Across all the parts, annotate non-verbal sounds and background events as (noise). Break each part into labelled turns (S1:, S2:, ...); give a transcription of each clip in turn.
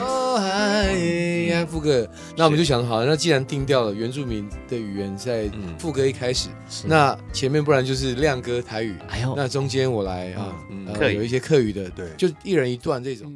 S1: 哦看副歌。那我们就想好，那既然定掉了原住民的语言在
S2: 嗯
S1: 副歌一开始，
S2: 是
S1: 那前面不然就是亮哥台语，
S2: 哎呦，
S1: 那中间我来啊，
S2: 嗯
S1: 呃
S3: 哦客语
S1: 有一些客语的，
S3: 对
S1: 就一人一段这种。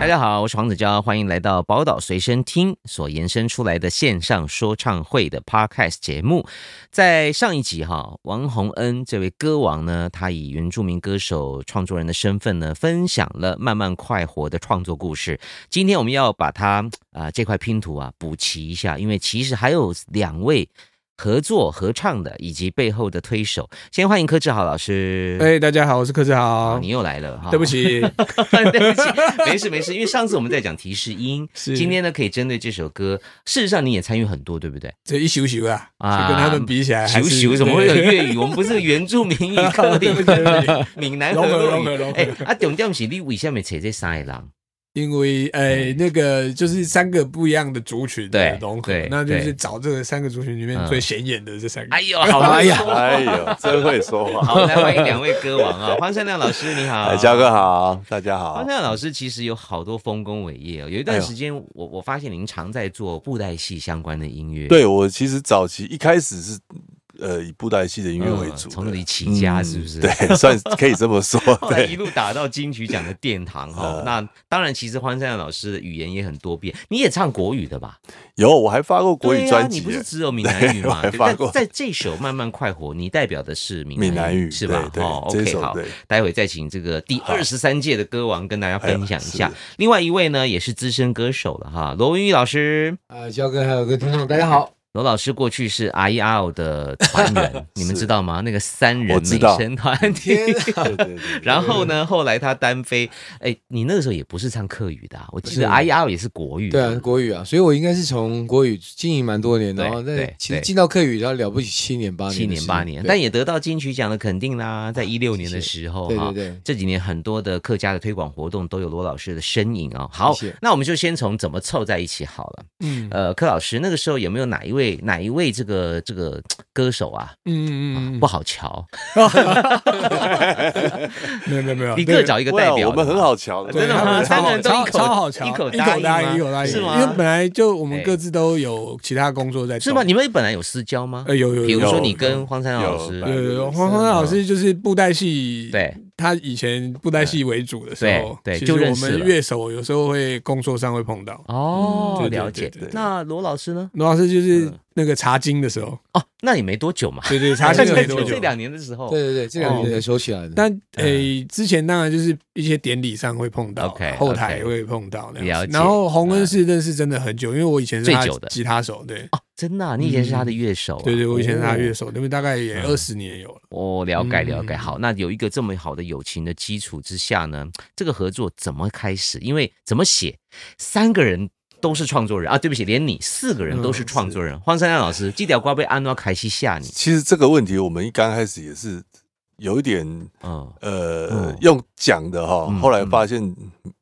S2: 大家好，我是黄子佼，欢迎来到宝岛随身听所延伸出来的线上说唱会的 podcast 节目。在上一集哈，王洪恩这位歌王呢，他以原住民歌手、创作人的身份呢，分享了《慢慢快活》的创作故事。今天我们要把他啊、这块拼图啊补齐一下，因为其实还有两位。合作合唱的，以及背后的推手，先欢迎柯志豪老师。
S4: 哎，大家好，我是柯志
S2: 啊
S4: 豪
S2: 你。又来了哈！
S4: 对不起，
S2: (laughs) 对不起，没事没事，因为上次我们在讲提示音，
S4: 是
S2: 今天呢可以针对这首歌，事实上你也参与很多，对不对？
S4: 这一宿宿啊，
S2: 啊
S4: 就跟他们比起来还
S2: 咻
S4: 是，
S2: 咻， (laughs) 怎么会有粤语？我们不是原住民
S4: (laughs)
S2: 语歌
S4: 对不起对不
S2: 的
S4: 起，
S2: 闽南
S4: 融合
S2: 河洛
S4: 融合
S2: 语。
S4: 融合
S2: 哎，啊，重点是你为什么找这三个人？
S4: 因为呃，那个就是三个不一样的族群
S2: 对
S4: 的融合
S2: 对，
S4: 那就是
S2: 对
S4: 找这个三个族群里面
S2: 嗯
S4: 最显眼的这三个
S2: 哎。呦，好哎呀，
S3: 哎呦，真会说话！
S2: 好，来欢迎两位歌王啊，黄山亮老师你好，
S3: 哎，焦。哥好，大家
S2: 黄
S3: 好哎
S2: 山。亮老师其实有好多丰功伟业哦，有一段时间我我发现您常在做布袋戏相关的音乐，
S3: 对我其实早期一开始是呃以布袋戏的音乐
S2: 嗯，
S3: 为主的，
S2: 从那里起家是不是？
S3: 嗯对，算可以这么说。
S2: (laughs) 后来一
S3: 对，
S2: 路打到金曲奖的殿堂哈、
S3: 呃
S2: 那当然，其实黄山老师的语言也很多变，你也唱国语的吧？
S3: 有我还发过国
S2: 对
S3: 语
S2: 啊
S3: 专
S2: 你
S3: 辑
S2: 不是
S3: 耶，
S2: 只有闽南语
S3: 对我
S2: 嘛？
S3: 还
S2: 对
S3: 发
S2: 但
S3: 过
S2: 在这首《慢慢快活》，你代表的是闽
S3: 闽南语
S2: 是吧？
S3: 对对
S2: 哦
S3: 这
S2: ，OK，
S3: 首
S2: 好 (laughs)
S3: 对，
S2: 待会再请这个第二十三届的歌王跟大家分享一下。
S3: 哎呀
S2: 另外一位呢，也是资深歌手了哈，罗文玉老师。
S1: 啊，肖哥还有个听众，大家好，
S2: 罗老师过去是 I E R 的团
S3: (laughs)
S2: 员，你们知道吗？那个三人
S3: 我
S2: 美
S3: 知道
S2: 声团体。
S1: 天啊，
S3: 对对对
S2: (laughs) 然后呢，后来他单飞。哎，你那个时候也不是唱客语的、啊，我记
S1: 是
S2: 得 I R 也是国语。
S1: 对啊，国语啊，所以我应该是从国语经营蛮多年的，
S2: 对
S1: 然后
S2: 对
S1: 在其实
S2: 对
S1: 进到客语，然后了不起七年
S3: 啊
S1: 八年的时
S2: 七
S1: 间，
S2: 年八年，
S1: 对
S2: 但也得到金曲奖的肯定啦。在一六年的时候，
S1: 对
S2: 哈
S1: 对对
S2: 这几年很多的客家的推广活动都有罗老师的身影哦。好
S1: 谢谢，
S2: 那我们就先从怎么凑在一起好了。
S4: 嗯
S2: 呃，柯老师那个时候有没有哪一位哪一位这个这个歌手啊？
S4: 嗯嗯嗯
S2: 不好瞧，
S4: 嗯，没有没有
S2: (laughs)
S4: 没有，
S2: 你
S4: 那
S2: 各找一个
S3: 对，哇
S2: 代表。
S3: 我们很。好瞧的，啊
S4: 对啊
S2: 真的
S4: 他
S2: 吗？
S4: 们
S2: 三个人都一
S4: 超
S2: 口
S4: 超好瞧，
S2: 一口
S4: 答
S2: 答
S4: 应，一口答应，
S2: 是吗？
S4: 因为本来就我们
S2: 哎
S4: 各自都有其他工作在做，
S2: 是吗？你们本来有私交吗？
S4: 呃有有有，
S2: 比如说
S3: 有
S2: 你跟黄山老师
S3: 有，
S4: 有有嗯有黄黄山老师就是布袋戏，
S2: 嗯对，
S4: 他以前布袋戏为主的时候，
S2: 对对
S4: 其
S2: 就
S4: 实
S2: 认
S4: 我
S2: 识了
S4: 们乐手有时候会工作上会碰到。
S2: 哦，
S4: 嗯对对
S2: 了解
S4: 对对。
S2: 那罗老师呢？
S4: 罗老师就是
S2: 嗯
S4: 那个查经的时候，
S2: 哦，那也没多久嘛，
S4: 对对，查
S2: (laughs)
S4: 经没多久
S2: 这。两年的时候，
S1: 对对对，这两年才收起来的。
S2: 嗯
S4: 但诶、之前当然就是一些典礼上会碰到
S2: OK，OK
S4: 后台会碰到那样
S2: 了
S4: 子
S2: 解嗯
S4: 然后洪恩是认识真的很久，因为我以前是他
S2: 最久的
S4: 吉他手，对，
S2: 哦，真的啊，你以前是他的乐手啊，
S4: 嗯对对，我以前是他乐
S2: 手。
S4: 手，那边大概也
S2: 嗯
S4: 二十年有了。
S2: 哦，了解了解。
S4: 嗯
S2: 好，那有一个这么好的友情的基础之下呢，这个合作怎么开始？因为怎么写，三个人都是创作人啊，对不起，连你四个人都是创作人。黄山亮老师，这条瓜被安诺凯西吓你，
S3: 其实这个问题，我们一刚开始也是有一点
S2: 嗯，
S3: 呃
S2: 嗯，
S3: 用讲的哈
S2: 嗯，
S3: 后来发现
S4: 嗯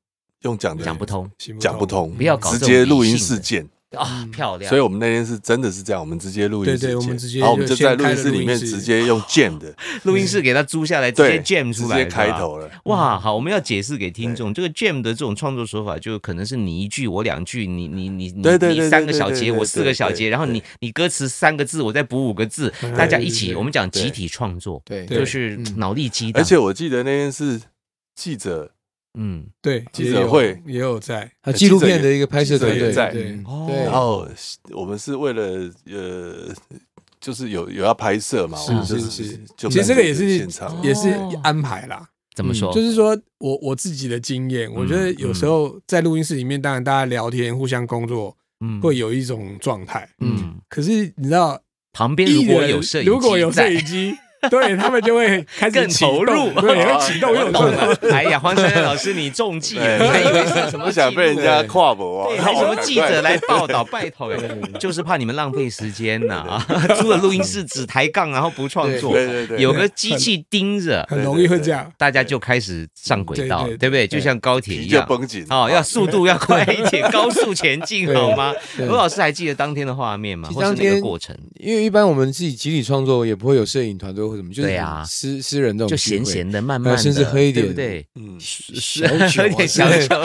S3: 用讲的
S2: 讲不通
S4: 行
S3: 讲不，通，
S2: 不要搞这
S3: 直
S2: 种
S3: 接录音
S2: 迷信
S3: 事
S2: 的
S3: 件。
S2: 啊，漂亮。
S3: 所以我们那天是真的是这样，我们直接录音
S4: 对
S3: 室
S4: 对
S3: 见，
S4: 我们直接
S3: 然后我们就
S4: 就
S3: 在
S4: 先
S3: 录
S4: 开
S3: 音
S4: 了
S3: 室
S4: 录
S3: 里
S4: 音
S3: 面
S4: 室
S3: 直接用 jam 的，
S2: 录音室给他租下来，哦直接
S3: 对，
S2: jam 出来，啊
S3: 直接开
S2: 是吧。
S3: 头了。
S2: 哇，好，我们要解释给听众，这个 jam 的这种创作手法，就可能是你一句我两句，你你你你
S3: 对对对
S2: 你
S3: 对
S2: 三个小节，
S3: 对对
S2: 我四个小节，
S3: 对
S2: 然后你你歌词三个字，我再补五个字，大家一
S4: 对
S2: 起，
S4: 对
S2: 我们讲
S3: 对
S2: 集体创作，
S1: 对
S4: 对
S2: 就是
S1: 嗯
S2: 脑力激荡，
S3: 而且我记得那天是记者，
S2: 嗯，
S4: 对，
S3: 记者
S4: 也有
S3: 会
S4: 也有在，
S1: 啊，纪录片
S3: 记者
S1: 的
S3: 也
S1: 一个拍摄团
S3: 记者
S1: 队
S3: 也在
S1: 对
S2: 哦
S1: 对
S3: 然后我们是为了呃，就是有有要拍摄嘛，
S4: 是
S3: 我们就是是
S4: 是
S3: 就
S4: 其实这个也是
S3: 现场
S2: 哦
S4: 也是安排啦。
S2: 怎
S3: 嗯
S2: 么说？
S4: 就是说我我自己的经验，我觉
S2: 嗯
S4: 得有时候在录音室里面，当然大家聊天、互相工作，
S2: 嗯
S4: 会有一种状态。
S2: 嗯，
S4: 可是你知道，
S2: 旁边如
S4: 艺
S2: 果
S4: 人
S2: 有摄影，
S4: 如果有摄影，机，对他们就会开始
S2: 更
S4: 启动
S2: 投入
S4: 对，会启动一种
S2: 懂
S4: 状态。
S2: 了。哎呀，黄珊珊老师你中计了，
S3: 对
S2: 你还以为是什么
S3: 不想被人
S2: 记录
S3: 家跨博
S2: 对，
S3: 啊，
S2: 还什么记者来报道，拜托哎，就是怕你们浪费时间呐啊！ (laughs) 租了录音室只抬杠，然后不创作，
S3: 对对对
S2: 有个机器盯
S4: (laughs)
S2: 着，
S4: 很容易会这样。
S2: 大家就开始上轨道，
S4: 对对
S2: 对不对？就像高铁
S3: 皮
S2: 一
S3: 就
S2: 样。
S3: 绷紧
S2: 哦，要速度要快一点，高速前进
S1: 对
S2: 好吗？
S1: 对
S2: 罗老师还记得当天的画面吗？
S1: 其实
S2: 或是
S1: 当
S2: 那
S1: 天
S2: 个过程？
S1: 因为一般我们自己集体创作也不会有摄影团队或什么，就是
S2: 对啊
S1: 私私人这种
S2: 就
S1: 聚会呃
S2: 闲闲的，慢慢的，
S1: 甚至喝一点
S2: 对不对？
S3: 嗯，
S1: 小酒、啊，
S2: 喝点小
S1: 对
S2: 酒，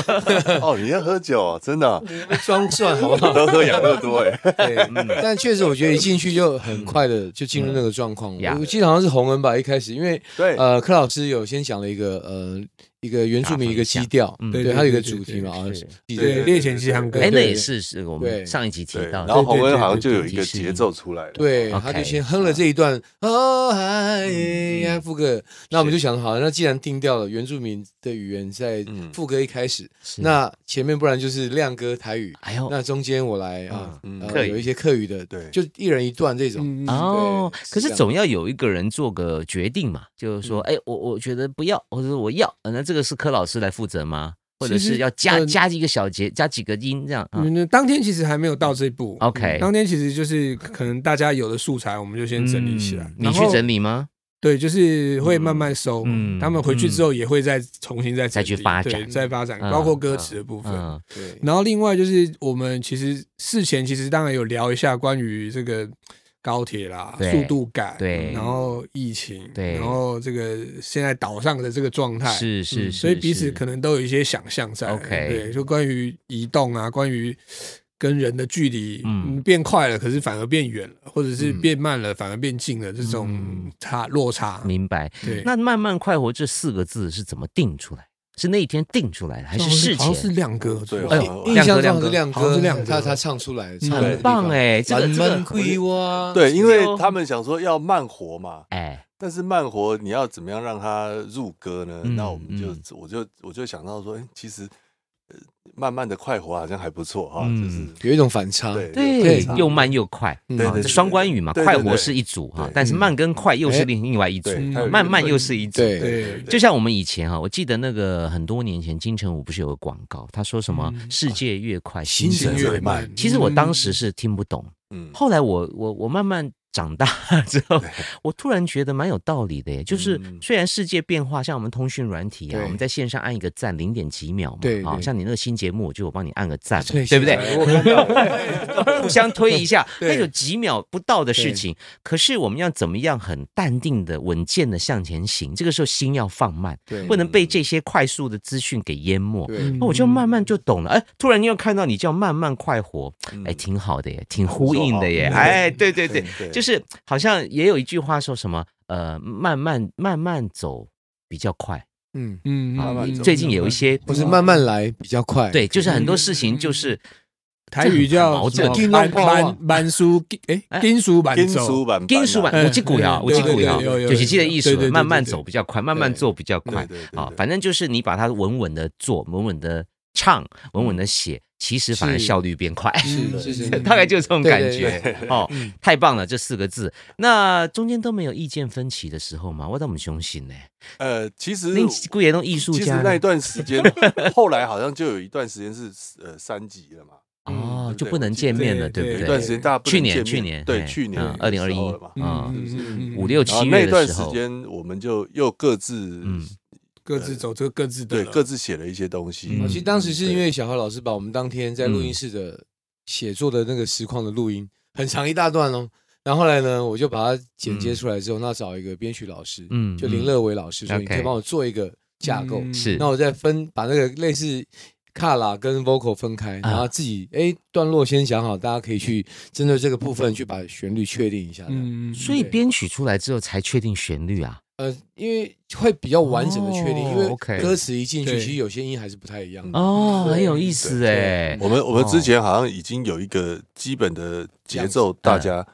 S3: 哦，你要喝酒啊，
S2: (laughs)
S3: 真的啊，
S1: 装蒜好不好？
S3: 都喝养乐多哎，
S1: 对，但确实我觉得一进去就很快的就进入那个状况。
S2: 呀
S1: 我记得好像是洪恩吧，一开始因为
S3: 对，
S1: 呃，柯老师有先讲了一个呃一个原住民一个基调，
S2: 嗯
S1: 对，
S4: 对
S1: 他有一个
S4: 对
S1: 主
S4: 对
S1: 题嘛，啊
S2: 是，
S4: 对，
S1: 对
S4: 猎犬西洋歌，
S2: 哎，那
S1: 对
S2: 也是是我
S1: 对
S2: 们上一集提
S3: 对，
S2: 到
S3: 然
S2: 的，
S3: 后
S4: 对
S3: 洪
S4: 对
S3: 恩好像
S4: 对
S3: 就有
S2: 对
S3: 一个
S2: 是
S3: 节奏出来了，
S1: 对，他
S2: OK
S1: 就先哼了这一段，哦嗨
S2: 嗯
S1: 呀，副歌，那我们就想好，那既然定掉了原住民的语言在
S3: 嗯
S1: 副歌一开始，
S2: 是
S1: 那前面不然就是亮哥台语，
S2: 哎呦
S1: 那中间我来啊，
S3: 嗯
S1: 呃
S2: 客语
S1: 有一些客语的，
S3: 对
S1: 就一人一段这种，
S4: 嗯，嗯
S2: 哦
S1: 对，是
S2: 可
S1: 这
S2: 是
S1: 样
S2: 总要有一个人做个决定嘛，就是说，哎，我我觉得不要，或者是我要，呃那这个是柯老师来负责吗？或者
S4: 其实
S2: 是要加
S4: 呃
S2: 加一个小节，加几个音这样啊
S4: 嗯，那当天其实还没有到这一步。
S2: 哦？OK，
S4: 当天其实就是可能大家有的素材，我们就先整理起来
S2: 嗯。你
S4: 然
S2: 去
S4: 后
S2: 整理吗？
S4: 对，就是会慢慢收。
S2: 嗯嗯
S4: 他们回去之后也会再重新再整
S2: 再
S4: 理
S2: 去发展
S4: 对再发展，
S2: 嗯
S4: 包括歌词的部分。
S2: 嗯，
S1: 对，
S4: 然后另外就是我们其实事前其实当然有聊一下关于这个高铁啦、
S2: 对
S4: 速度感，
S2: 对
S4: 然后疫情，
S2: 对
S4: 然后这个现在岛上的这个状态，
S2: 是是是
S4: 嗯所以彼此
S2: 是
S4: 可能都有一些想象在。
S2: OK
S4: 对，就关于移动啊，关于跟人的距离，
S2: 嗯
S4: 嗯，变快了，可是反而变远了，或者是变慢了，反而变近了，这种
S2: 嗯
S4: 差落差。
S2: 明白。
S4: 对，
S2: 那慢慢快活这四个字是怎么定出来？是那一天定出来的，还是事
S4: 好像是
S2: 前？
S4: 亮哥
S3: 对
S4: 是吧
S3: 哎
S1: 哎
S3: 呦
S1: 呦，印象中是亮
S4: 好像
S1: 哥
S4: 是亮，哥
S1: 他他唱出来，唱
S2: 嗯很棒哎，这个
S1: 满
S2: 这
S1: 满
S2: 个，
S1: 归哇，
S3: 对，因
S2: 是
S3: 为
S2: 哦
S3: 他们想说要慢活嘛，
S2: 哎，
S3: 但是慢活你要怎么样让它入歌呢？
S2: 嗯
S3: 那我们就、我就我就想到说，哎、其实呃，慢慢的快活好像还不错哈、
S2: 嗯
S3: 就是
S1: 有一种反差，
S3: 对
S2: 对
S3: 有反，差
S2: 又慢又快，
S1: 嗯
S3: 对
S2: 啊
S3: 对
S2: 这
S3: 对
S2: 双关语嘛，
S3: 对对
S2: 快
S3: 对
S2: 活是一组哈
S3: 对，
S2: 但是慢跟快又是
S1: 哎
S2: 另另外一组
S3: 对，
S4: 嗯
S3: 它有一个
S2: 慢慢又是一组。
S1: 对
S4: 对
S2: 就像我们以前啊，我记得那个很多年前金城武不是有个广告，他说什么“
S4: 嗯
S2: 世界越快，心
S1: 心
S2: 则
S1: 情
S3: 越
S2: 越
S3: 慢
S2: 慢”。其实我当时是听不懂，
S3: 嗯
S2: 后来我我我慢慢长大之后，我突然觉得蛮有道理的耶。就是
S3: 嗯
S2: 虽然世界变化，像我们通讯软体啊，
S1: 对
S2: 我们在线上按一个赞零点几秒嘛，
S1: 对
S2: 啊，
S1: 对
S2: 像你那个新节目，我就我帮你按个赞嘛，
S1: 对
S2: 对不对？
S3: 哎我看到了
S2: 互相推一下，
S4: 对
S2: 那有几秒不到的事情。可是我们要怎么样很淡定的、稳健的向前行？这个时候心要放慢，
S1: (laughs) 对
S2: 不能被这些快速的资讯给淹没。
S1: 对
S2: 那我就慢慢就懂了，哎，突然又看到你叫慢慢快活，哎，挺好的耶，挺呼应的耶，
S3: 嗯
S2: 哎，对对对
S3: 对，对
S2: 就是好像也有一句话说什么，呃，慢慢慢慢走比较快，
S1: 嗯，
S4: 嗯，
S2: 啊
S3: 慢慢走
S2: 最近有一些
S1: 或是慢慢来比较快，
S2: 对，就是很多事情就是
S4: 台语叫什么
S1: 这很矛
S4: 班
S1: 盾
S4: 班班书
S2: 哎
S4: 哎，金属板
S3: 金
S4: 走
S3: 属版
S2: 金属版，
S4: 嗯
S2: 哎我记古谣，
S4: 嗯
S2: 我记古谣，
S4: 对对对有有
S2: 就是记得艺
S4: 有
S2: 术
S4: 对对，对
S2: 慢慢
S4: 对
S2: 走比较快，慢慢做比较快
S3: 对对对对
S2: 啊，反正就是你把它稳稳的做，稳稳的唱，稳稳的
S3: 嗯
S2: 写，其实反而
S1: 是
S2: 效率变快。
S1: 嗯是是是，
S2: (laughs) 大概就是这种感
S1: 对
S2: 觉
S3: (laughs)
S2: 哦，
S3: 嗯
S2: 太棒了，这四个字。那中间都没有意见分歧的时候嘛，我怎么雄心呢？
S3: 呃，其实
S2: 你顾也弄艺术
S3: 其实
S2: 家
S3: 那
S2: 呢
S3: 一段时间， (laughs) 后来好像就有一段时间是呃三级了嘛，
S2: 哦
S3: 嗯，对
S2: 就
S3: 不对
S2: 不能见面了，
S4: 对
S2: 对
S3: 有
S2: 不
S3: 一
S2: 对？
S3: 段时间大家不能
S2: 去年
S3: 见面
S2: 去年
S3: 对
S2: 哎
S3: 去年
S2: 嗯2021
S3: 的时候了嘛
S2: 嗯啊
S4: 嗯
S2: 五六
S3: 然后
S2: 七
S3: 啊那
S2: 月
S3: 一段
S2: 的
S3: 时
S2: 时候，
S3: 间，我们就又各自、
S2: 嗯
S4: 各自走这各自的
S3: 对
S4: 了，
S3: 各自写了一些东西。
S2: 嗯
S1: 哦其实当时是因为小何老师把我们当天在录音室的写作的那个实况的录音很长一大段哦，然后后来呢，我就把它剪接出来之后，那找一个编曲老师，
S2: 嗯
S1: 就林乐伟老师说，
S2: OK
S1: 你可以帮我做一个架构，
S4: 嗯
S2: 是
S1: 那我再分把那个类似。卡拉跟 vocal 分开，然后自己哎、段落先想好，大家可以去针对这个部分去把旋律确定一下。嗯，
S4: 嗯，
S2: 所以编曲出来之后才确定旋律啊。
S1: 呃，因为会比较完整的确定，
S2: 哦
S1: 因
S2: OK
S1: 为歌词一进去，
S4: 对
S1: 其实有些音还是不太一样的。
S2: 哦，
S1: 对
S2: 很有意思哎。
S3: 我们我们
S2: 哦
S3: 之前好像已经有一个基本的节奏，
S2: 这样
S3: 大
S2: 子
S3: 家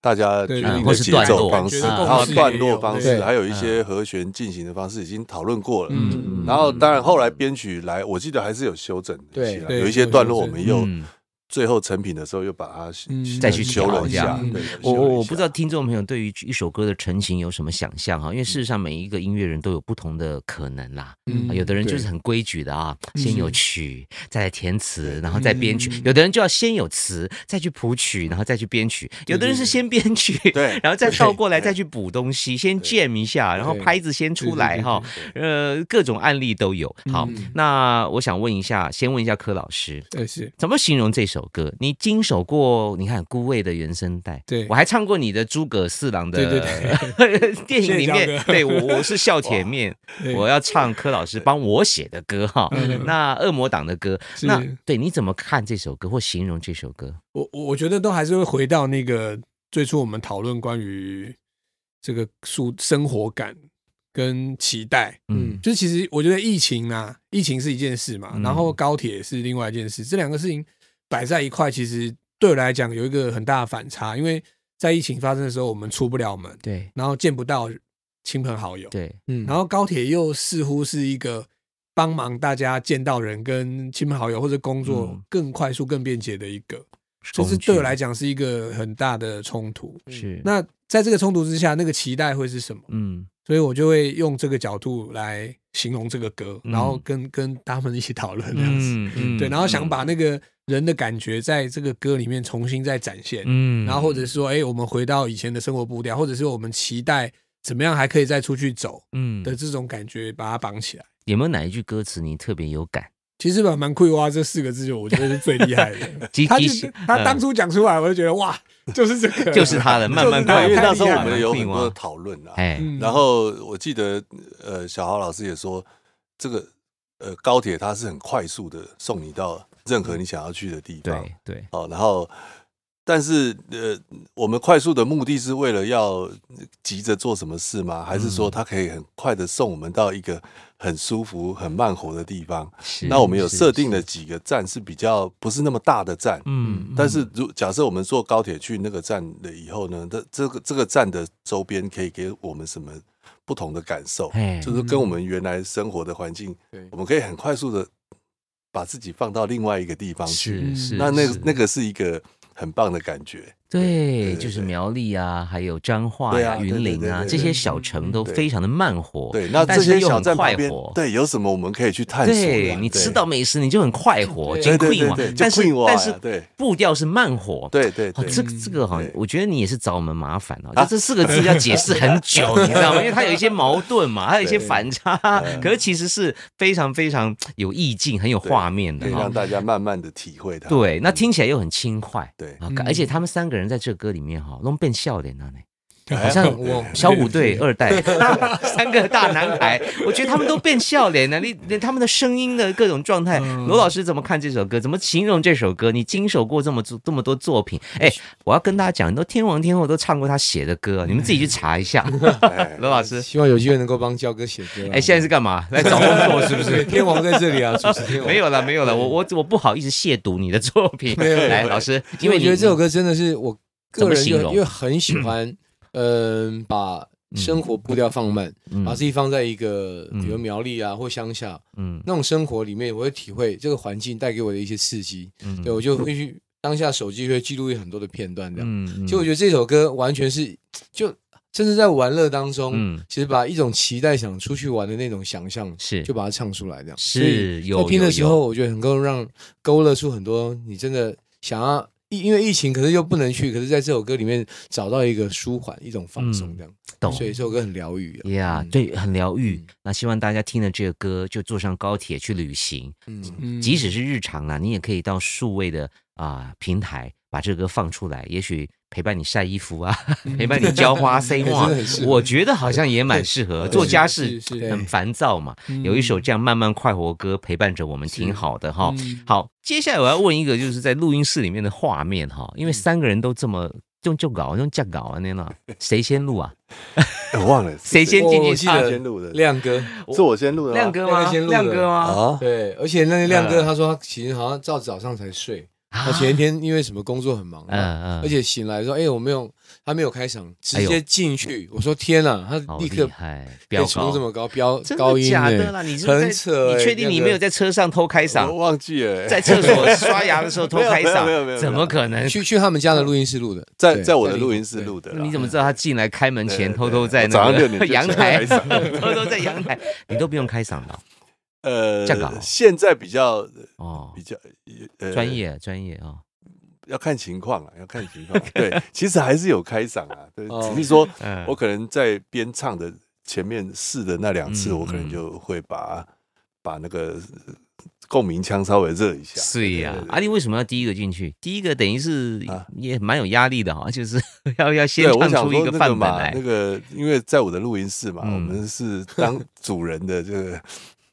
S3: 大家决
S4: 对
S3: 定
S2: 或
S3: 的
S2: 是
S3: 节
S2: 段
S3: 奏
S2: 落
S3: 方式，
S2: 嗯
S3: 然后
S4: 嗯
S3: 段落方式，
S1: 对
S3: 还有一些和弦进行的方式已经讨论过了。
S4: 嗯
S3: 然后当然后来编曲来，我记得还是有修整的
S1: 对
S3: 起来，
S4: 对
S3: 有一些段落我们又
S2: 嗯
S3: 最后成品的时候又把它
S4: 嗯
S2: 再去
S3: 修
S2: 调
S3: 了一
S2: 这样
S3: 下。对
S2: 我
S3: 修了
S2: 我
S3: 一
S2: 我不知道
S3: 下
S2: 听众朋友对于一首歌的成型有什么想象哈，因为事实上每一个音乐人都有不同的可能啦。
S4: 嗯
S2: 啊有的人就是
S1: 对
S2: 很规矩的啊，先有曲，再来填词，然后再编曲
S4: 嗯；
S2: 有的人就要先有词，再去谱曲，然后再去编曲；有的人是先编曲，
S3: 对
S2: (laughs) 然后再倒过来
S3: 对
S2: 再去补东西，先 jam 一下，然后拍子先出来
S4: 对对对
S2: 哈。呃，各种案例都有。好，那我想问一下，先问一下柯老师，
S4: 哎对是
S2: 怎么形容这首歌，你经手过你看孤味的原声带，
S4: 对
S2: 我还唱过你的诸葛四郎的
S4: 对
S2: (laughs) 电影里
S4: 谢谢
S2: 面
S4: 江，哥
S2: 对我我是笑铁面，
S4: (laughs) 对
S2: 我要唱柯老师帮我写的歌哈，
S4: 嗯
S2: 那恶魔党的歌，
S4: 是
S2: 那对你怎么看这首歌或形容这首歌？
S4: 我我觉得都还是会回到那个最初我们讨论关于这个素生活感跟期待，
S2: 嗯
S1: 嗯
S4: 就是其实我觉得疫情啊，疫情是一件事嘛，
S2: 嗯
S4: 然后高铁是另外一件事，这两个事情摆在一块，其实对我来讲有一个很大的反差，因为在疫情发生的时候，我们出不了门，
S2: 对
S4: 然后见不到亲朋好友，
S2: 对，
S1: 嗯
S4: 然后高铁又似乎是一个帮忙大家见到人、跟亲朋好友或者工作
S2: 嗯
S4: 更快速、更便捷的一个，这是对我来讲是一个很大的冲突。嗯
S2: 工具嗯是
S4: 那在这个冲突之下，那个期待会是什么？
S2: 嗯
S4: 所以我就会用这个角度来形容这个歌，
S2: 嗯
S4: 然后跟跟他们一起讨论这样子。
S2: 嗯嗯
S4: 对，然后想把
S2: 嗯
S4: 那个人的感觉在这个歌里面重新再展现。
S2: 嗯
S4: 然后或者是说，哎，我们回到以前的生活步调，或者是我们期待怎么样还可以再出去走，
S2: 嗯
S4: 的这种感觉把它绑起来。
S2: 有没有哪一句歌词你特别有感？
S4: 其实吧，蛮酷哇这四个字，我觉得是最厉害
S2: (laughs)
S4: 的
S2: 极。
S4: 他
S2: 极
S4: 就
S2: 限
S4: 他当初讲出来，我就觉得哇，就是这个，
S2: 嗯 (laughs) 就是他
S4: (laughs)
S2: 的，慢慢
S4: 太
S2: 快，
S3: 因为
S4: 太
S3: 那时候
S4: 厉
S3: 我
S4: 害了
S3: 们有很多的讨论啊，
S2: 哎，
S4: 嗯。
S3: 然后我记得呃，小豪老师也说，这个呃高铁它是很快速的送你到任何你想要去的地方
S2: 对对，
S3: 哦，然后。但是，呃，我们快速的目的是为了要急着做什么事吗？还是
S2: 嗯
S3: 说它可以很快的送我们到一个很舒服、很慢活的地方？
S2: 是
S3: 那我们有
S2: 是
S3: 设定的
S2: 是
S3: 几个站是比较不是那么大的站，
S2: 嗯，
S3: 但
S2: 嗯
S3: 是如假设我们坐高铁去那个站了以后呢，这这个这个站的周边可以给我们什么不同的感受？
S2: 哎，
S3: 就是跟我们原来生活的环境
S1: 对，
S3: 我们可以很快速的把自己放到另外一个地方去。
S2: 是是，
S3: 嗯那那个
S2: 是
S3: 那个是一个很棒的感觉。
S2: 对，
S3: 对
S2: 就是
S3: 对
S2: 苗栗啊，还有彰化
S3: 对
S2: 呀、
S3: 啊对
S2: 云
S3: 对
S2: 林啊
S3: 对对
S2: 这些
S3: 对
S2: 小城
S4: 嗯
S2: 都
S3: 对
S2: 非常的慢活，
S3: 对，那
S2: 但
S3: 这
S2: 是
S3: 些
S2: 又
S3: 小
S2: 很
S3: 站
S2: 快
S3: 旁边
S2: 活，
S3: 对，有什么我们可以去探索的啊？
S2: 对你吃
S3: 对
S2: 到美食你就很快活，
S1: 对
S2: 真
S3: 对对
S2: 嘛
S3: 对，，
S2: 但是
S3: 就 Queen
S2: 但
S3: Wah
S2: 是
S3: 啊对
S2: 步调是慢活，
S3: 对对
S2: 哦
S3: 对，
S2: 这个这个好像
S3: 对，
S2: 我觉得你也是找我们麻烦哦。
S3: 啊
S2: 这四个字要解释很
S3: (laughs)
S2: 久，你知道吗？因为它有一些矛盾嘛，还有一些
S3: 对嗯
S2: 反差，可是其实是非常非常有意境、很有画面
S3: 可
S2: 的
S3: 以
S2: 哈
S3: 让。大家慢慢的体会它。
S2: 哦对，那
S3: 嗯
S2: 听起来又很轻快，
S3: 对
S2: 啊
S4: 嗯
S2: 而且他们三个人在这歌里面哈，弄变笑脸了
S1: (laughs)
S2: 呢。 (laughs) 好
S3: 哎
S2: 像
S1: 我
S2: 小虎队二
S1: (laughs)
S2: 代，三个大男孩，我觉得他们都变笑脸了，你连他们的声音的各种状态，
S4: 嗯
S2: 罗老师怎么看这首歌？怎么形容这首歌？你经手过这么多这么多作品，哎，我要跟大家讲，很多天王天后都唱过他写的歌，
S1: 嗯
S2: 你们自己去查
S1: (laughs)
S2: 一下。
S3: 哎
S2: (laughs) 罗老师，
S1: 希望有机会能够帮焦哥写歌啊。
S2: 哎，现在是干
S1: (laughs)
S2: 嘛？来找工作是不
S1: 对
S2: 是？
S1: 天王在这里啊，主持天王
S2: 没。有了，没有了，我我我不好意思亵渎你的作品。
S1: 没有没有
S2: 来，老师，
S1: 因
S2: (laughs)
S1: 为
S2: 因为
S1: 我
S2: 你
S1: 觉得这首歌真的是我
S2: 怎
S1: 个
S2: 么
S1: 人
S2: 形
S1: 就
S2: 容
S1: 因为很喜欢，嗯，把生活步调放慢，
S2: 嗯
S1: 把自己放在一个比如
S2: 嗯
S1: 苗栗啊或乡下
S2: 嗯
S1: 那种生活里面，我会体会这个环境带给我的一些刺激，
S2: 嗯
S1: 对我就会去当下手机会记录很多的片段这样。
S2: 嗯
S1: 其实我觉得这首歌完全是就甚至在玩乐当中，
S2: 嗯
S1: 其实把一种期待想出去玩的那种想象，
S2: 是
S1: 就把它唱出来这样。
S2: 是有
S1: 在听的
S2: 有
S1: 时
S2: 有
S1: 候，我觉得能够让勾勒出很多你真的想要疫，因为疫情可是又不能去，可是在这首歌里面找到一个舒缓、一种放松这样，
S2: 嗯懂
S1: 所以这首歌很疗愈、啊。
S2: 呀、
S1: 嗯
S2: 对，很疗愈
S1: 嗯。
S2: 那希望大家听了这个歌，就坐上高铁去旅行，
S1: 嗯，
S4: 嗯
S2: 即使是日常啦，你也可以到数位的啊、平台把这个歌放出来，也许陪伴你晒衣服啊， (laughs) 陪伴你浇
S1: (laughs)
S2: 花、塞
S1: 嗯真的呃
S2: 花
S1: 很适，合
S2: 我觉得好像也
S1: (laughs)
S2: 蛮适合做家事
S4: 是，是是
S2: 很烦躁嘛。
S1: 嗯
S4: 嗯
S2: 有一首这样慢慢快活歌陪伴着我们，挺好的哈。
S4: 嗯
S2: 好，接下来我要问一个，就是在录音室里面的画面哈，
S1: 嗯
S2: 因为三个人都这么用就搞用架搞啊，
S1: (laughs)
S2: 那样啊谁先录啊？
S3: 哎我忘了
S2: 谁先
S1: 我
S2: 进去
S1: 我记得
S2: 唱？
S3: 先录的，
S1: 亮哥，
S3: 是我先录的吗，
S2: 亮哥
S1: 啊亮
S2: 吗？
S1: 哥先录的
S2: 亮哥吗？
S3: 啊，
S1: 对，而且那个亮哥
S2: 嗯
S1: 他说他其实好像到早上才睡，
S2: 啊
S1: 他前一天因为什么工作很忙嘛，
S2: 嗯嗯
S1: 而且醒来说，哎、我没有，他没有开场，
S2: 哎
S1: 直
S2: 呦
S1: 接进去，我说天哪，他
S2: 好
S1: 立
S2: 厉
S1: 刻
S2: 害，
S1: 被
S2: 飙
S1: 冲
S2: 高
S1: 这么高，飙
S2: 真
S1: 高
S2: 的
S1: 音、
S2: 假
S1: 欸，
S2: 的啦？你是不是在
S1: 很扯、
S2: 你
S1: 欸
S2: 确定你没有在车上偷开
S3: 我
S2: 嗓，
S3: 忘记了，
S2: 在厕所刷牙的时候偷开嗓？
S3: (laughs) 没有没有没有没有
S2: 怎么可能？
S1: 去去他们家的录音室录的，
S3: (laughs) 在
S1: 对
S3: 在我的
S1: 林口
S3: 录音室
S1: 对
S3: 录的啦。
S2: 你怎么知道他进来开门前
S3: 对对
S2: 偷偷在
S3: 我早
S2: 那
S3: 上六
S2: 个
S3: 点就
S2: 阳台，
S3: 开嗓
S2: (laughs) 偷偷在阳台，你都不用开嗓的这样搞
S3: 呃，现在比较
S2: 哦
S3: 比，较
S2: 哦
S3: 呃
S2: 专，业专业啊，
S3: 要看情况啊，要看情
S2: (laughs)
S3: 况。对，其实还是有开嗓啊，对，
S1: 哦
S3: 只是说
S2: 嗯
S3: 我可能在边唱的前面试的那两次，
S2: 嗯
S3: 我可能
S2: 嗯
S3: 就会把把那个共鸣腔稍微热一下。
S2: 是呀
S3: 对对，对
S2: 阿丽为什么要第一个进去？第一个等于是
S3: 啊
S2: 也蛮有压力的哈，就是 (laughs) 要要先
S3: 对，我
S2: 唱
S3: 想
S2: 出一
S3: 说
S2: 个
S3: 那个
S2: 范本
S3: 嘛，
S2: 来
S3: 那。个因为在我的录音室嘛，
S2: 嗯
S3: 我们是当主人的这
S2: (laughs)
S3: 个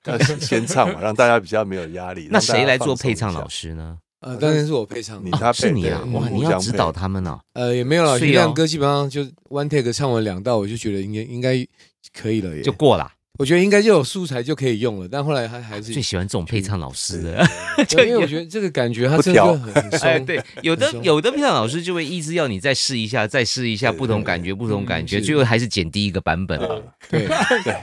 S3: 要先先唱嘛，让大家比较没有压力。
S2: 那谁来做配唱老
S3: 老师？
S2: 师呢？
S1: 呃，当然是我配唱
S3: 你
S1: 的，
S3: 他
S2: 哦，
S3: 配
S2: 是你啊！
S3: 对
S2: 哇，
S3: 互
S2: 你要
S3: 相
S2: 指
S3: 配
S2: 导他们哦。
S1: (laughs) 呃，也没有了。
S2: 是哦
S1: 徐亮哥基本上就 one take 唱完两道，我就觉得应该应该可以了耶
S2: 就。过啦。
S1: 我觉得应该就有素材就可以用了，但后来他还是
S2: 最喜欢这种配唱老师的， (laughs) 就
S1: 对因为我觉得这个感觉他真的
S3: 不
S1: 就
S3: 调
S1: 很
S2: (laughs)
S1: 很
S2: 哎，
S1: 松。
S2: 对，有的
S1: 很松
S2: 有的配唱老师就会一直要你再试一下，再试一下，
S3: 对
S2: 不同
S3: 对嗯
S2: 感觉，不同感觉，
S1: 是
S2: 最后还是剪第一个版本啊。
S3: (laughs)
S1: 对，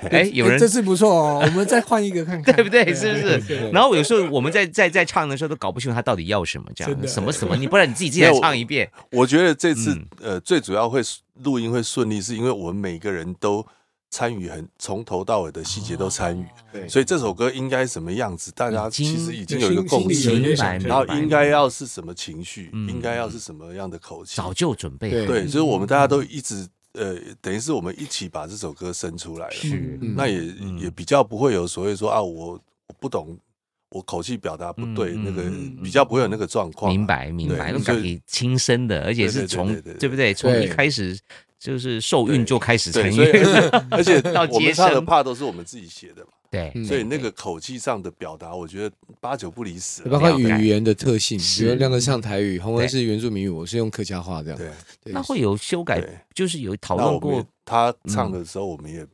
S2: 哎，有人
S4: 这次不错哦，我们再换一个看看，
S2: (laughs) 对不对？
S4: 啊
S2: 是不是？
S1: 对
S2: 然后有时候我们在在在唱的时候都搞不清楚他到底要什么，这
S4: 真
S2: 样
S4: 的
S2: 什么什么，你不然你自己自己来
S3: 没有
S2: 唱一遍。
S3: 我觉得这次、
S2: 嗯
S3: 呃最主要会录音会顺利，是因为我们每个人都参与很从头到尾的细节都参与，
S1: 对
S3: 所以这首歌应该什么样子，大家
S2: 哦已经
S3: 其实已经有一个共
S4: 心里有一
S3: 识，
S4: 些
S2: 明
S4: 想
S2: 白，
S4: 象
S3: 然后
S2: 明白
S3: 应该要是什么情绪，
S2: 嗯
S3: 应该要是什么样的口气，
S2: 早就准备好。
S1: 对
S3: 对，就是我们大家都一直呃，等于是我们一起把这首歌生出来了，
S2: 是
S1: 嗯
S3: 那也、
S2: 嗯
S3: 也比较不会有所谓说啊，我我不懂，我口气表达不对，
S2: 嗯
S3: 那个、
S2: 嗯嗯
S3: 比较不会有那个状况啊、
S2: 明白明白，那
S3: 对
S2: 种感
S3: 所以
S2: 觉亲身的，而且是从
S3: 对对对对对
S2: 对不对？从
S1: 对
S2: 一开始就是受孕
S3: 对
S2: 就开始
S3: 对，
S2: 成
S3: 所以
S2: 孕，
S3: 而且
S2: 到
S3: 而且我
S2: 接
S3: 们唱的
S2: 生，
S3: 怕都是我们自己写的嘛，
S2: (laughs) 对，
S1: 嗯
S3: 所以那个口气上的表达，我觉得八九不离十啊
S1: 包
S3: 了。
S1: 括语言的特性，
S2: 是
S1: 比如亮哥唱台语，洪
S2: 对
S1: 恩是原住民语，我是用客家话这样。
S3: 对，
S1: 对
S2: 那会有修改
S3: 对，
S2: 就是有讨
S3: 那
S2: 论
S3: 我们 (laughs)
S2: 过嗯
S3: 也。他唱的时候，我们也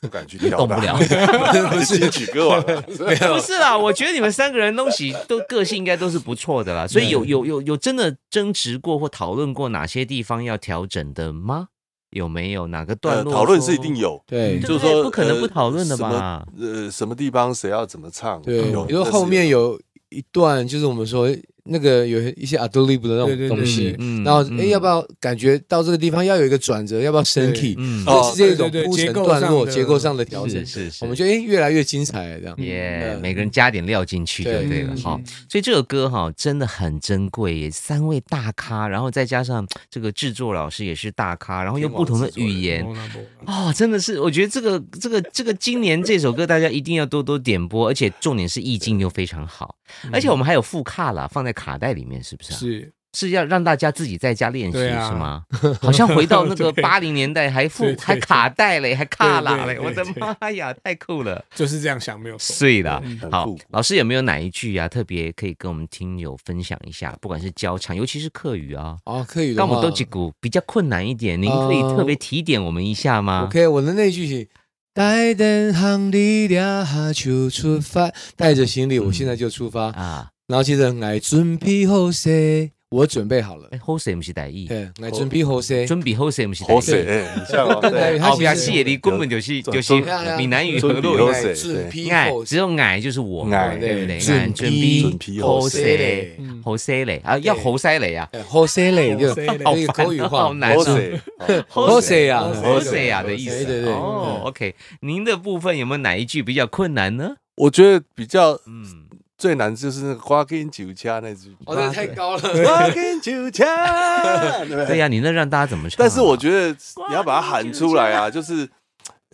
S3: 不敢去挑
S2: 动不
S3: 大
S2: 了
S3: (laughs) 不是曲歌王
S2: (laughs)
S3: 了，呃
S2: 不是啦，我觉得你们三个人东
S3: (laughs)
S2: 西都个性应该都是不错的啦，所以有有有有真的争执过或讨论过哪些地方要调整的吗？有没有哪个段
S3: 呃
S2: 落
S3: 讨论
S2: 说
S3: 是一定有，
S1: 对
S2: 嗯对
S3: 就是
S2: 不对
S3: 说
S2: 不可能
S3: 呃
S2: 不讨论的
S3: 什么
S2: 吧
S3: 呃，什么地方谁要怎么唱？
S1: 对，
S3: 有
S1: 因为后面有一段就是我们说那个有一些 ad lib 的那
S4: 对对
S1: 种东
S4: 对对
S1: 西，
S2: 嗯
S1: 然后哎，
S2: 嗯
S1: 要不要感觉到这个地方要有一个转折，要不要升
S4: 对
S1: key？
S2: 嗯
S3: 哦
S1: 这是一种
S4: 对对对
S1: 铺
S4: 结
S1: 陈
S4: 构
S1: 段落、
S4: 上的
S1: 结构上的调整
S2: 是。是是，
S1: 我们觉得哎，越来越精彩了这样。
S2: 耶
S1: 嗯
S2: 每个人加点料进去就
S1: 对
S2: 对了
S4: 嗯
S2: 哈
S4: 嗯。
S2: 所以这首歌哈真的很珍贵耶，三位大咖，然后再加上这个制作老师也是大咖，然后用不同的语言
S4: 不。啦不啦
S2: 哦，真的是，我觉得这个这个这个今年这首歌大家一定要多多点播，而且重点是意境又非常好，而且我们还有副卡啦，放在卡带里面，是不是、啊？
S4: 嗯是
S2: 是要让大家自己在家练习、
S4: 对啊
S2: 是
S4: (laughs)
S2: 吗？好像回到那个八零年代，还
S4: 对
S2: 副
S4: 对
S2: 还卡带嘞，还卡啦嘞，
S4: 对对
S2: 我的
S4: 对
S2: 妈呀，太酷了！
S4: 就是这样想没有错，
S2: 碎啦
S4: 嗯，
S3: 很
S2: 好
S3: 复古，
S2: 老师有没有哪一句啊特别可以跟我们听友分享一下？不管是教唱，尤其是课语啊，
S1: 哦，可以的
S2: 但我
S1: 话
S2: 们都几股比较困难一点，您可以
S4: 呃
S2: 特别提点我们一下吗？
S1: OK，我的那一句是带电行李俩就出发，带着行李我现在就出发，
S2: 啊，
S1: 然后接着来准备好些，我准备好了
S2: 哎，，Hose 哦不是台语，
S1: 对，来准备好些。
S4: 哦
S2: 准备 Hose 不是台
S3: 好
S2: 语，
S3: 水，哎，很像哦
S1: 跟台语
S3: 对
S1: 它
S2: 后
S1: 其实
S2: 边
S1: 是
S2: 谢里根本就是
S3: 准
S2: 就是
S1: 准
S2: 闽南语河
S3: 准备
S2: 洛语，
S3: Jose，
S1: 准备
S2: 矮
S1: 好
S2: 只
S1: 些，
S2: 有矮就是我嘛，
S3: 矮
S2: 对不对？
S1: 准
S2: 矮
S1: 备
S2: 准备
S3: 准
S2: Jose
S1: 备
S2: 嘞
S1: Jose
S2: ，Jose 嘞啊，要
S1: 对
S2: Jose 嘞呀
S1: 哎好些嘞，就
S4: 好些嘞
S1: 那个口语
S2: 好烦哦
S1: 化
S2: 好，难 (laughs)
S3: 好水，
S1: 好些啊，
S2: h
S1: 好
S2: o s
S1: 些
S2: e 啊的意思。
S1: 对对对
S2: 哦
S1: 嗯
S2: ，OK，您的部分有没有哪一句比较困难呢？
S3: 我觉得比较
S2: 嗯，
S3: 最难就是那个花跟酒家那句，
S1: 哦，那太高了，
S3: 花跟
S1: (laughs)
S3: 酒家，对不
S2: 嗯对
S3: 对？
S2: 呀，你那让大家怎么唱啊？
S3: 但是我觉得你要把它喊出来啊，就是，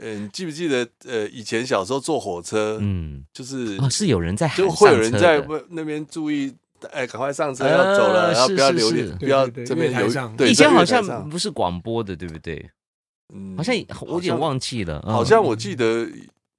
S3: 呃，你记不记得呃，以前小时候坐火车，
S2: 嗯，
S3: 就是
S2: 哦，是有人 (laughs) 在喊
S3: 就会有
S2: 上
S3: 人
S2: 车
S3: 在
S2: 的
S3: 那边注意，哎，赶快上车
S2: 呃
S3: 要走了，然后
S2: 是
S3: 不要
S2: 是
S3: 留
S2: 是
S3: 恋，不
S4: 对
S3: 要
S4: 对对
S3: 这边
S4: 月
S3: 留
S4: 台上
S3: 对，
S2: 以前
S3: 在
S2: 好
S3: 月台
S2: 像
S3: 上
S2: 不是广播的，对不对？
S3: 嗯
S2: 好像我有点忘记了，嗯
S3: 好像我记得，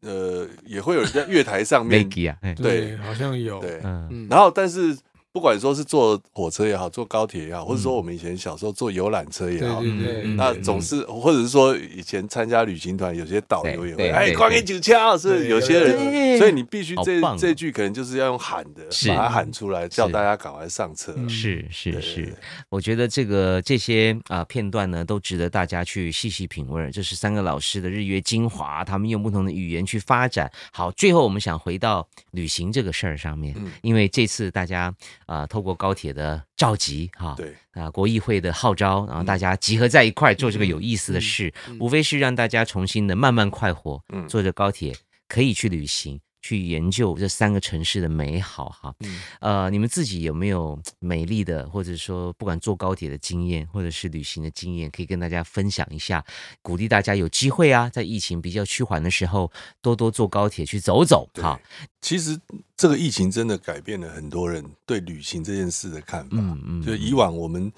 S3: 呃，也会有人在月台上面，
S2: Maggie 啊，哎
S3: 对
S4: 好像有，
S3: (laughs) 对。
S2: 嗯，
S1: 嗯
S3: 然后，但是不管说是坐火车也好，坐高铁也好，或者说
S2: 嗯
S3: 我们以前小时候坐游览车也
S4: 对
S3: 好，
S4: 对对，
S2: 嗯
S3: 那
S4: 对
S3: 总是或者是说以前参加旅行团，有些导游也
S2: 对对
S3: 会哎，
S2: 对
S3: 光给九枪，是不是
S4: 对
S3: 有些
S2: 对
S3: 人，所以你必须
S2: 好
S3: 这
S2: 棒哦
S3: 这句可能就是要用喊的，
S2: 是
S3: 把它喊出来，叫
S2: 是
S3: 大家赶快上车。
S4: 嗯
S2: 是是
S3: 对
S2: 是，我觉得这个这些啊、片段呢，都值得大家去细细品味儿。这是三个老师的日月精华，他们用不同的语言去发展。好，最后我们想回到旅行这个事儿上面，
S3: 嗯
S2: 因为这次大家啊、透过高铁的召集哈，
S3: 对。
S2: 啊，国议会的号召，然后
S3: 嗯
S2: 大家集合在一块儿做这个有意思的事，无非是让大家重新的慢慢快活，
S3: 嗯
S2: 坐着高铁可以去旅行。去研究这三个城市的美好哈。
S1: 嗯
S2: 呃，你们自己有没有美丽的，或者说不管坐高铁的经验，或者是旅行的经验，可以跟大家分享一下，鼓励大家有机会啊，在疫情比较趋缓的时候，多多坐高铁去走走
S3: 对
S2: 哈。
S3: 其实这个疫情真的改变了很多人对旅行这件事的看法。
S2: 嗯嗯，
S3: 就以往我们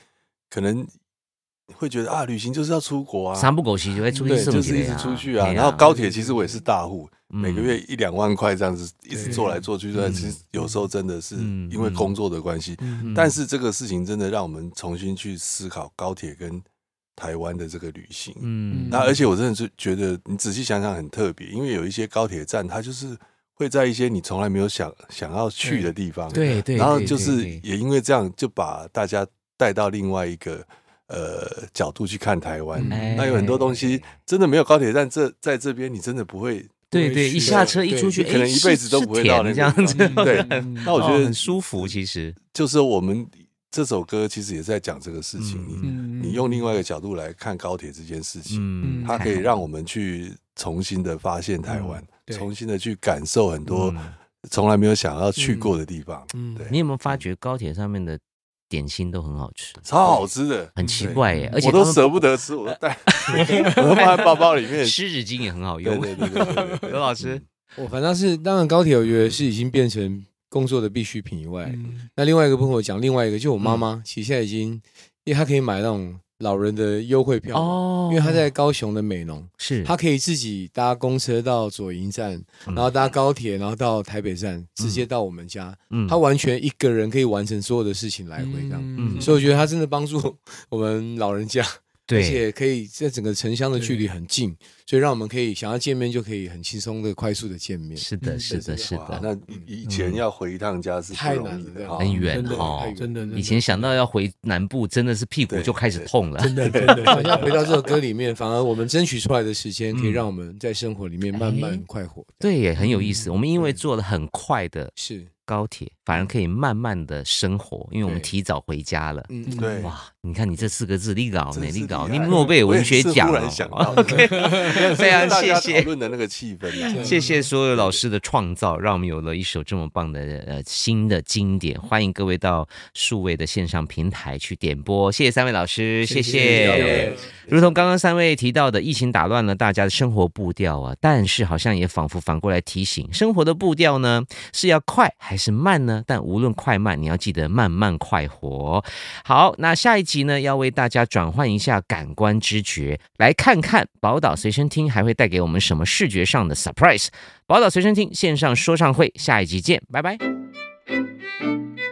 S3: 可能会觉得啊，旅行就是要出国啊，
S2: 三不狗席就会出去
S3: 对，
S2: 送
S3: 就
S2: 起
S3: 是
S2: 来
S3: 一直出去
S2: 嘿
S3: 啊。然后高铁其实我也是大户，每个
S2: 嗯
S3: 月一两万块这样子，一直
S4: 对
S3: 做来做去，做来其实有时候真的是
S2: 嗯
S3: 因为
S2: 嗯
S3: 工作的关系。
S4: 嗯
S3: 但是这个事情真的让我们重新去思考高铁跟台湾的这个旅行。
S2: 嗯，
S3: 那而且我真的是觉得，你仔细想想很特别，因为有一些高铁站，它就是会在一些你从来没有想想要去的地方，
S2: 对对，
S3: 然后
S2: 对
S3: 就
S2: 对
S3: 是
S2: 对
S3: 也因为这样，就把大家带到另外一个呃角度去看台湾。
S2: 哎
S4: 嗯
S3: 那有很多东西真的没有高铁站这在这边，你真的不会。
S2: 对
S4: 会
S2: 对，
S4: 去
S2: 一下
S4: 的
S2: 车一
S4: 对
S2: 出去，
S3: 你
S2: 哎
S3: 可能一辈子都
S2: 是
S3: 不会
S2: 甜
S3: 到那个
S2: 这样
S3: 地
S2: 子，
S3: 方嗯对
S2: (laughs)
S3: 那我觉
S2: 哦
S3: 得
S2: 很舒服，其实
S3: 就是我们这首歌其实也在讲这个事情，
S2: 嗯
S4: 嗯
S3: 你你用另外一个角度来看高铁这件事情，
S2: 嗯，
S3: 它
S2: 太
S3: 可以
S2: 好
S3: 让
S2: 了
S3: 我们去重新的发现台湾，
S4: 对
S3: 重新的去感受很多
S2: 嗯
S3: 从来没有想要去过的地方，
S4: 嗯
S3: 对，
S2: 你有没有发觉高铁上面的点心都很好吃，
S3: 超好吃的，
S2: 很奇
S3: 对
S2: 怪耶，而且
S3: 我都
S2: 他们
S3: 舍不得吃，我都
S2: (laughs)
S3: 带，我都放在包包里面。
S2: 湿纸巾也很好
S3: 对
S2: 用。
S3: 对对对对对，
S2: (laughs) 刘老师，
S1: 我反倒是，当然高铁我觉得是已经变成工作的必需品以外，
S4: 嗯
S1: 那另外一个部分我讲另外一个，就我妈妈、
S2: 嗯
S1: 其实现在已经，因为她可以买那种老人的优惠
S3: 嗯
S1: 票，
S2: 哦
S1: 因为她在高雄的美浓，
S2: 是
S1: 她可以自己搭公车到左营站，
S2: 嗯
S1: 然后搭高铁，然后到台北站，直接到我们家，
S2: 嗯
S1: 她完全一个人可以完成所有的事情来回这样。
S2: 嗯
S1: 所以我觉得她真的帮助 (laughs) 我们老人家，而
S2: 对
S1: 且可以在整个城乡的距离很近，所以让我们可以想要见面就可以很轻松的、快速的见面。
S2: 是的
S4: 嗯
S2: 是的是
S3: 哇
S2: 的，
S3: 那以前要回一趟家是不
S1: 太
S3: 容
S1: 难
S3: 易
S1: 了
S3: 的，
S1: 对
S2: 很远
S4: 真的
S2: 哦
S1: 太远
S4: 真的真的
S2: 以前想到要回南部，真的是屁股
S3: 对
S2: 就开始
S3: 对
S2: 痛了。
S4: 真的真的
S1: 好像回到这首歌里面，反而我们争取出来的时间，可以
S2: 嗯哎
S1: 让我们在生活里面慢慢快活。
S2: 对，也很有意思。我们因为坐了很快的
S1: 是，
S2: 高铁，反而可以慢慢的生活，因为我们
S1: 对
S2: 提早回家了。
S1: 嗯，
S4: 嗯
S3: 对，
S2: 哇，你看你这四个字，你搞
S3: 真
S2: 呢？
S3: 是
S2: 你搞，
S3: 厉
S2: 你
S3: 害
S2: 诺贝尔文学奖哦
S3: 哎我也是忽然想到
S2: (laughs) OK，非
S3: (laughs)
S2: 常
S3: 大
S2: 谢
S3: 家讨
S2: 谢。
S3: 论的那个气氛啊，
S2: 谢谢所有老师的创造，让我们有了一首这么棒的呃新的经典。欢迎各位到数位的线上平台去点播，谢谢三位老师，谢谢。如同刚刚三位提到的，疫情打乱了大家的生活步调啊，但是好像也仿佛反过来提醒，生活的步调呢是要快还是慢呢？但无论快慢，你要记得慢慢快活。好，那下一集呢，要为大家转换一下感官知觉，来看看宝岛随身听还会带给我们什么视觉上的 surprise。宝岛随身听线上说唱会，下一集见，拜拜。
S5: Thank